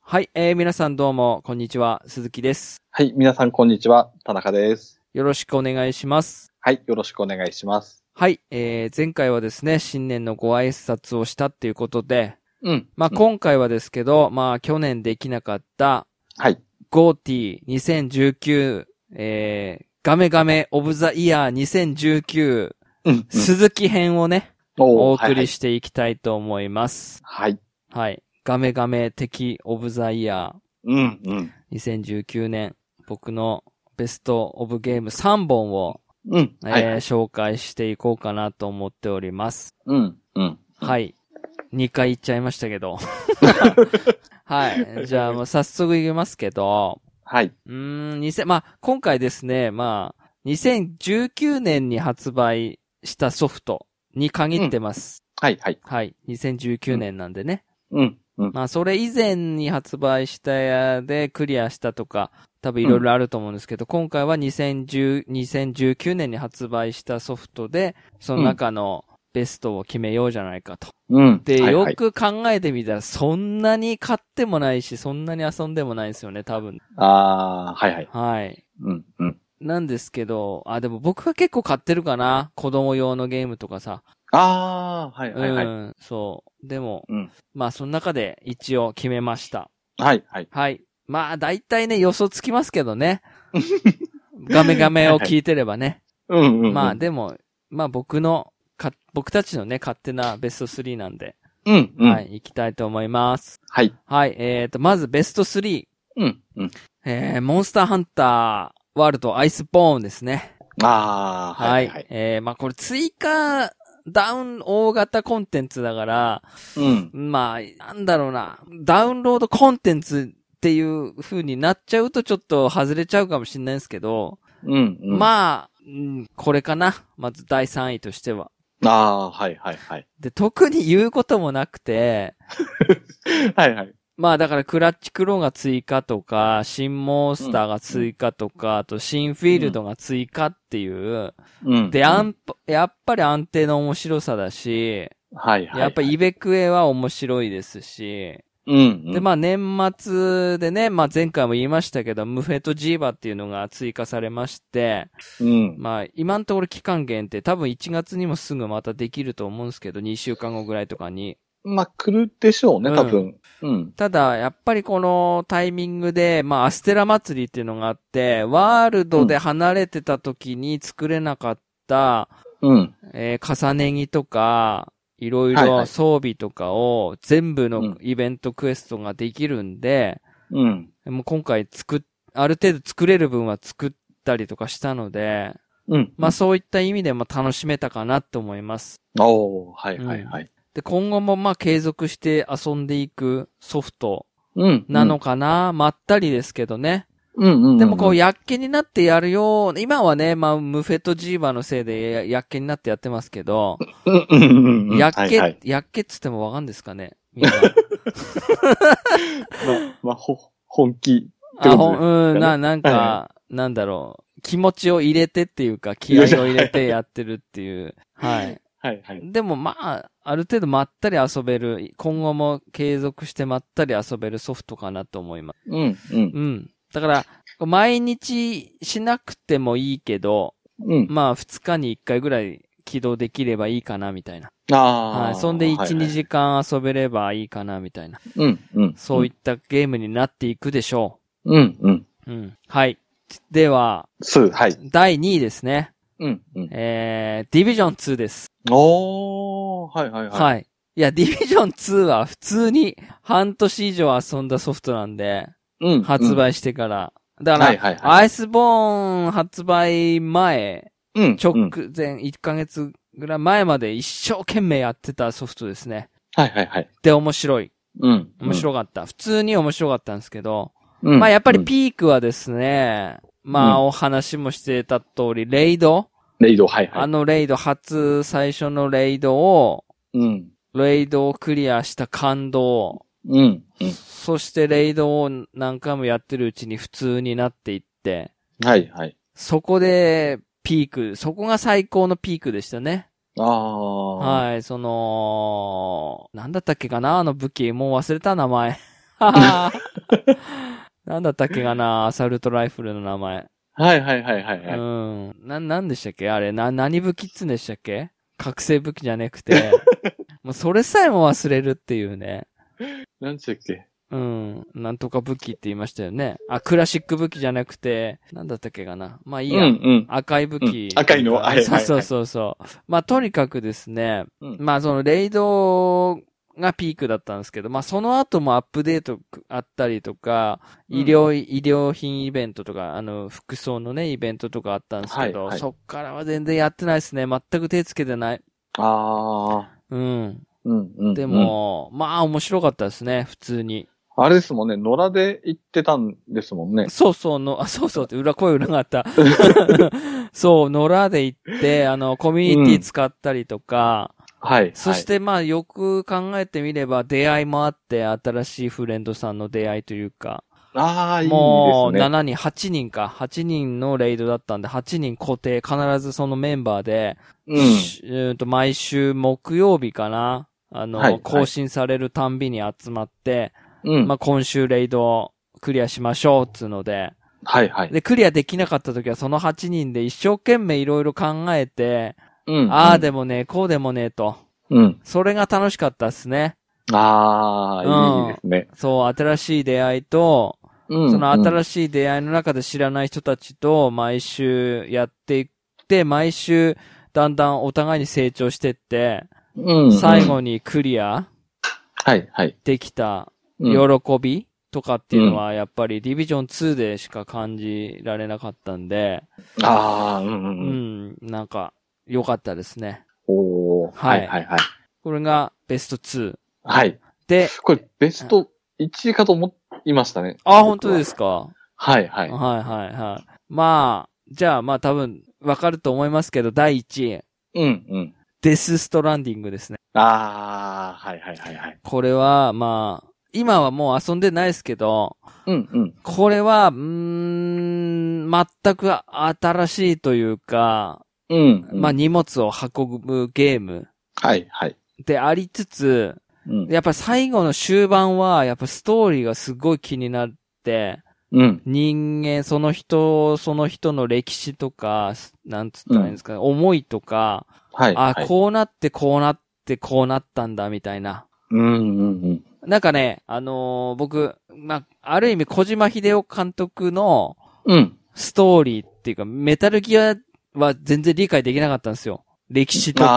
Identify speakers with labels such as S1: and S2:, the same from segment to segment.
S1: はい、えー、皆さんどうも、こんにちは、鈴木です。
S2: はい、皆さんこんにちは、田中です。
S1: よろしくお願いします。
S2: はい、よろしくお願いします。
S1: はい、えー、前回はですね、新年のご挨拶をしたっていうことで、
S2: うん。
S1: まあ、今回はですけど、まあ、去年できなかった、
S2: はい。
S1: GOTY2019、えー、ガメガメオブザイヤー2019、
S2: うんうん
S1: 鈴木編をね、お
S2: おー
S1: 送りしていきたいと思います。
S2: はい、はい。
S1: はい。ガメガメ的オブザイヤ
S2: うん、うん。
S1: ー2019年、僕のベストオブゲーム3本を、
S2: うん。
S1: えー
S2: はい。
S1: 紹介していこうかなと思っております。
S2: うん、うん。
S1: はい。2回言っちゃいましたけ ど。はい。じゃあもう早速言いますけど、
S2: はい。
S1: うーん、2000、まあ、今回ですね、まあ、2019年に発売したソフトに限ってます。
S2: はい、はい。
S1: はい。2019年なんでね。
S2: うん、うん。
S1: まあ、それ以前に発売したやでクリアしたとか、多分いろいろあると思うんですけど、今回は2010 2019年に発売したソフトで、その中のベストを決めようじゃないかと。
S2: うん。
S1: で、
S2: はい
S1: よ
S2: はい
S1: く考えてみたら、そんなに買ってもないし、そんなに遊んでもないんですよね、多分。
S2: ああ、はい、はい。
S1: はい。
S2: うん、うん。
S1: なんですけど、あ、でも僕は結構買ってるかな。子供用のゲームとかさ。
S2: ああ、はい、はい、は
S1: う
S2: い。
S1: ん、そう。でも、
S2: うん
S1: まあ、その中で一応決めました。
S2: はい、はい。
S1: はい。まあ、大体ね、予想つきますけどね。 ガメガメを聞いてればね。
S2: うん、うん。
S1: まあ、、でも、まあ僕の、か、僕たちのね、勝手なベスト3なんで、
S2: うん、うん。は。
S1: はいい、行きたいと思います。
S2: はい。
S1: はい、えーと、まずベスト3。
S2: うん、うん。
S1: えー、モンスターハンター、ワールド、アイスボーンですね。
S2: ああ、
S1: は。
S2: はいい、はい。
S1: えー、まあこれ追加、ダウン、大型コンテンツだから、
S2: うん。
S1: まあ、なんだろうな、ダウンロードコンテンツっていう風になっちゃうとちょっと外れちゃうかもしれないんですけど、
S2: うん、うん。あ。
S1: まあ、うんこれかな。まず第3位としては。
S2: ああー、はい、はい、はい。
S1: で、特に言うこともなくて、
S2: はい、はい。
S1: まあだからクラッチクロが追加とか、新モンスターが追加とか、あと新フィールドが追加っていう。
S2: うん。
S1: で、
S2: うん
S1: あん、やっぱり安定の面白さだし、
S2: はい、はい。
S1: やっぱイ
S2: い。
S1: ベクエは面白いですし、
S2: うん。
S1: で、まあ年末でね、まあ前回も言いましたけど、ムフェとジーバっていうのが追加されまして、
S2: あ、うん。
S1: まあ今のところ期間限定、多分1月にもすぐまたできると思うんですけど、2週間後ぐらいとかに。
S2: まあ、来るでしょうね、多分。うん。
S1: ただ、やっぱりこのタイミングで、まあアステラ祭りっていうのがあって、ワールドで離れてた時に作れなかった、
S2: うん。
S1: えー重ね着とか、いろい
S2: はいは
S1: ろ
S2: い
S1: 装備とかを全部
S2: う
S1: の
S2: ん
S1: イベントクエストができるんで、
S2: うん。
S1: もう今回作っ、ある程度作れる分は作ったりとかしたので、
S2: うん。
S1: まあそういった意味でも楽しめたかなと思います。
S2: おー、はいはいはい。
S1: で、今後もまあ継続して遊んでいくソフト
S2: うん。
S1: なのかな、まったりですけどね。
S2: うんうんうん。
S1: でもこう、やっけになってやるよう、今はね、まあムフェとジーバのせいでややっけになってやってますけど、
S2: うんうんうんうん。
S1: やっけ、
S2: はいはい
S1: やっけっつってもわかんですかねみんな。
S2: ま、ま、ほ、本気。って
S1: あ、
S2: こと
S1: ほ
S2: ですかね
S1: ん、うん、な、なん
S2: はい
S1: か
S2: は、
S1: なんだろう。気持ちを入れてっていう か、気合を入れてやってるっていう。はい。
S2: はいはい。
S1: でもまあ、ある程度まったり遊べる、今後も継続してまったり遊べるソフトかなと思います。
S2: うんうん。
S1: うん。だから、毎日しなくてもいいけど、
S2: うん。
S1: まあ、2日に1回ぐらい起動できればいいかな、みたいな。は
S2: あ
S1: い。
S2: あ。
S1: そんで1、
S2: はいは
S1: 2。
S2: い
S1: 時間遊べればいいかな、みたいな。
S2: うんうん。
S1: そうい
S2: い
S1: ったゲームになっていくでしょ
S2: うんうん。
S1: う。うん。はい。では、
S2: す、はい。
S1: 第2位ですね。
S2: うんうん。
S1: えー、ディビジョン2です。
S2: おー、はいはい
S1: はい。
S2: はい。
S1: い、や、ディビジョン2は普通に半年以上遊んだソフトなんで、
S2: うん。
S1: 発。売してから。だから、
S2: はいはいはい。
S1: アイスボーン発売前、
S2: うん。
S1: 直
S2: うん
S1: 前1ヶ月ぐらい前まで一生懸命やってたソフトですね。
S2: はいはいはい。
S1: で、面白い。
S2: うん。
S1: 面白かった。普通に面白かったんですけど、
S2: うん。
S1: まあやっぱり
S2: うん。
S1: ピークはですね、まあ
S2: う
S1: お話もしてた通り、レイド、
S2: レイド、はいは
S1: あ
S2: い。
S1: のレイド、初最初のレイドを、
S2: うん。
S1: レイドをクリアした感動、
S2: うん。うん
S1: そしてレイドを何回もやってるうちに普通になっていって、
S2: はいはい。
S1: そこでピーク、そこが最高のピークでしたね。
S2: ああ。
S1: はい、その、なんだったっけかなあの武器、もう忘れた名前。 なんだったっけかな、アサルトライフルの名前。
S2: はいはいはいはいうはい。
S1: ん。な、なんでしたっけあれ、な、何武器っつうんでしたっけ覚醒武器じゃなくて。もうそれさえも忘れるっていうね。
S2: なんつったっけ
S1: うん。なんとか武器って言いましたよね。あ、クラシック武器じゃなくて、なんだったっけかな。まあいい
S2: うん
S1: や。
S2: うん。
S1: 赤い武器、
S2: うん赤いのはいはい
S1: そ
S2: は
S1: う
S2: い
S1: そうそうそう。まあとにかくですね、
S2: うん
S1: まあそのレイドがピークだったんですけど、まあその後もアップデートあったりとか、
S2: うん
S1: 医療、医療品イベントとか、あの、服装のね、イベントとかあったんですけど、
S2: はいはい
S1: そっからは全然やってないですね。全く手つけてない。
S2: ああ。
S1: うん。
S2: うんうん。
S1: で、も、まあ面白かったですね、普通に。
S2: あれですもんね、野良で行ってたんですもんね。
S1: そうそうの、あ、そうそうって、裏、声裏があ った。そう、野良で行って、あの、コミュニティ使ったりとか、
S2: はい。
S1: そし、てまあよく考えてみれば出会いもあって新しいフレンドさんの出会いというか、
S2: はい、ああ、いいですね。
S1: もう7人、8人か、8人のレイドだったんで、8人固定、必ずそのメンバーで、
S2: うん。
S1: しうーんと毎週木曜日かな、あの、
S2: はいはい
S1: 更新されるたんびに集まって、
S2: うん。
S1: まあ今週レイドクリアしましょうっつうので、
S2: はいはい。
S1: で、クリアできなかった時はその8人で一生懸命いろいろ考えて、
S2: うん。
S1: ああでもね、こうでもね、と。
S2: うん。
S1: それが楽しかったですね。
S2: ああ、いいですね。
S1: そう、新しい出会いと、
S2: うん。
S1: その
S2: しい。
S1: 新しい出会いの中で知らない人たちと毎週やっていって、毎週だんだんお互いに成長してって、
S2: うん。
S1: 最後
S2: に。
S1: にクリア
S2: はいはい。
S1: できた
S2: う
S1: 喜
S2: ん
S1: びとかっていうのはやっぱりディビジョン2でしか感じられなかったんで、
S2: ああ、うんう
S1: うん
S2: うん。
S1: ん、なんか良かったですね。
S2: おー。
S1: は
S2: はいいはいはい。
S1: これがベスト2。
S2: はい。
S1: で、
S2: これ、ベスト1位かと思いましたね。。
S1: あ、本当ですすか。
S2: はいは
S1: はいは
S2: い。
S1: いはい。まあ、じゃあまあ多分わかると思いますけど、第1位。
S2: うんうん。
S1: デスストランディングですね。
S2: ああ、はいはいはいはい。
S1: これはまあ、今はもう遊んでないですけど、
S2: うんうん。
S1: これは、うーん、全く新しいというか、
S2: うん、うん。
S1: まあ荷物を運ぶゲーム
S2: はいはい。
S1: でありつつ、
S2: うん。
S1: やっぱ最後の終盤は、やっぱストーリーがすごい気になって、
S2: うん。
S1: 人間、その人、その人の歴史とか、なんつったらいいんですかね、思いとか、
S2: はい。
S1: あ、
S2: はい、
S1: こうなって、こうなって、こうなったんだ、みたいな。
S2: うんうんうん。
S1: なんかね、あのー僕、まあ、ある意味、小島秀夫監督の
S2: うん。
S1: ストーリーっていうか、メタルギアは全然理解できなかったんですよ。歴史とか、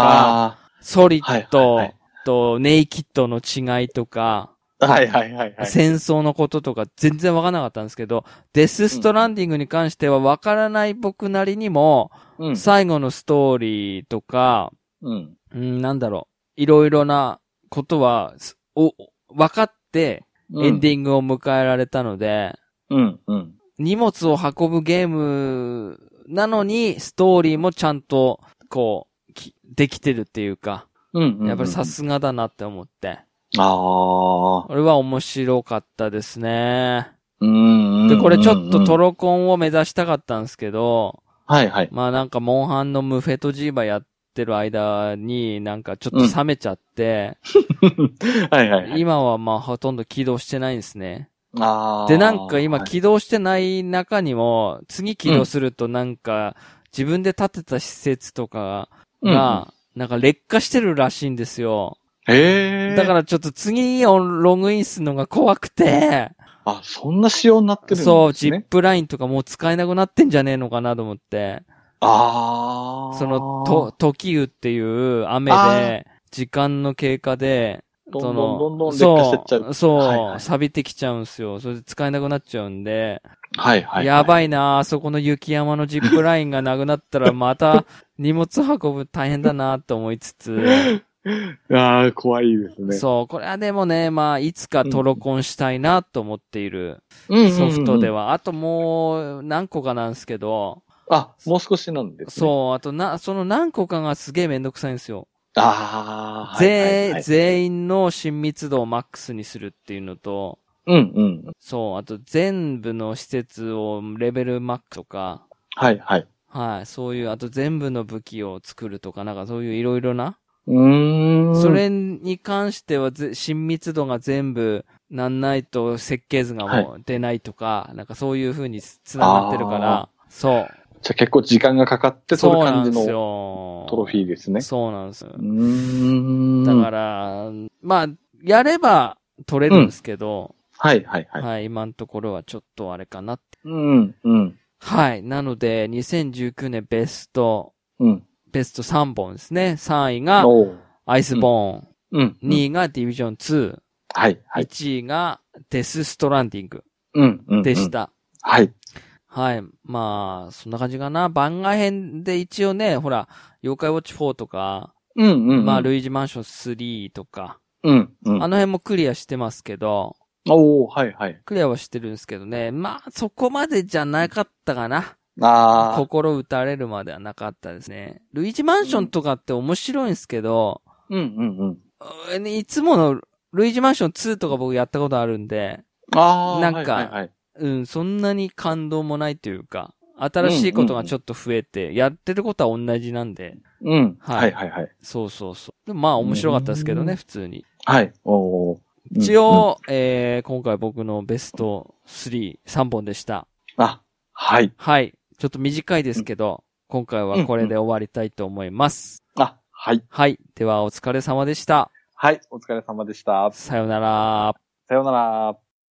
S2: あ
S1: ソリ
S2: あ、
S1: ッ
S2: はいはい
S1: ド、
S2: はい。
S1: とネイキッドの違いとか、
S2: はいはいはいはい。
S1: 戦争のこととか全然わからなかったんですけど、デスストランディングに関してはわからない僕なりにも、
S2: うん。
S1: 最後のストーリーとか、
S2: うん。
S1: うん、なんだろう、いろいろなことは、すお、分かって、エンデ
S2: ィン
S1: ィングを迎えられたので、
S2: グ。うんうん。
S1: 荷物を運ぶゲームなのに、ストーリーもちゃんと、こう、きできてるっていうか、
S2: うんうんうん。
S1: やっぱりさすがだなって思って。
S2: ああ。
S1: これは面白かったですね。
S2: うんうんうん。
S1: で、これちょっとト
S2: ろ。
S1: ロコンを目指したかったんですけど、
S2: はいはい。
S1: まあなんかモンハンのムフェトジーバやってる間になんかちょっと冷めちゃって、
S2: はいはいはい。
S1: 今はまあほとんど起動してないんですね。
S2: ああ。
S1: で、なんか今
S2: はい
S1: 起動してない中にも、次起動するとなんか自分で建てた施設とかが、なんか劣化してるらしいんですよ。
S2: へえ。
S1: だからちょっと次をログインするのが怖くて、
S2: あ、そんな仕様になってるんですね。
S1: そう、ジップラインとかもう使えなくなってんじゃねえのかなと思って、
S2: ああ。
S1: その、と、、時雨っていう雨
S2: あ
S1: で、時間の経過で、
S2: どん
S1: そ
S2: どん
S1: の、
S2: どんどん劣化してっちゃ。
S1: そうう、そう、
S2: はいはい
S1: 錆びてきちゃうんすよ。それで使えなくなっちゃうんで、
S2: はいはい。
S1: や
S2: い。
S1: ばいなあそこの雪山のジップラインがなくなったら、また 荷物運ぶ大変だなと思いつつ、
S2: ああ、怖いですね。
S1: そう、これはでもね、まあ、いつかトロコンしたいなと思っている
S2: うんうんうん
S1: ソフトで。は、あともう何個かなんですけど、
S2: あ、もう少しなんですね。う。
S1: そう、あとな、その何個かがすげえめんどくさいんですよ。
S2: ああ。はいはい
S1: 全
S2: はい
S1: 全員の親密度をマックスにするっていうのと、
S2: うんうん。
S1: そう、あと全部の施設をレベルマックスとか、
S2: はいはい。
S1: はい、そういう、あと全部の武器を作るとか、なんかそういういろいろな、
S2: うーん。
S1: それに関してはぜ親密度が全部なんないと設計図がもう出ないとか、なんかそういう風に繋がってるから、そう。
S2: じゃあ結構時間がかかって取
S1: そ
S2: る
S1: うな
S2: 感
S1: ん
S2: じ
S1: で
S2: の
S1: す
S2: ト
S1: よ。
S2: ロフィーですね。
S1: そうなんですよ
S2: う。ーん。
S1: だから、まあ、やれば取れるんですけど、
S2: はいはいはい。
S1: はい、今のところはちょっとあれかなって。
S2: うん、うん、
S1: はい。なので、2019年ベスト、
S2: うん。
S1: ベスト3本ですね。3位が
S2: おう
S1: アイスボーン、
S2: うん。うん
S1: 2位がディビジョン2、
S2: はい、はい。
S1: 1位がデスストランディング
S2: うん、うん。
S1: でし
S2: うん。
S1: た。
S2: はい。
S1: はい。まあ、そんな感じかな。番外編で一応ね、ほら、妖怪ウォッチ4とか、
S2: うん、うんうん。
S1: まあ、ルイージマンション3とか、
S2: うん、う
S1: あ
S2: ん。
S1: の辺もクリアしてますけど、
S2: おー、はい、はい。
S1: クリアはしてるんですけどね。まあ、そこまでじゃなかったかな。
S2: あー。
S1: 心打たれるまではなかったですね。ルイージマンションとかって面白いんですけど、
S2: うん、うん、うん。
S1: うんいつものルイージマンション2とか僕やったことあるんで、
S2: あー。
S1: なんか
S2: はいはいはい
S1: うん、そんなに感動もないというか、新しいことがちょっと増えて、やってることは同じなんで、
S2: うん。
S1: はい
S2: はい、はい、はい。
S1: そうそうそう。でもまあ面白かったですけどね、普通に。
S2: はい。おー。うん
S1: 一応、えー、今回僕のベスト3、3本でした。
S2: あ、はい。
S1: はい。ちょっと短いですけど、今回はこれで終わりたいと思います。
S2: あ、はい。
S1: はい。ではお疲れ様でした。
S2: はい。お疲れ様でした。
S1: さようなら。
S2: さようなら。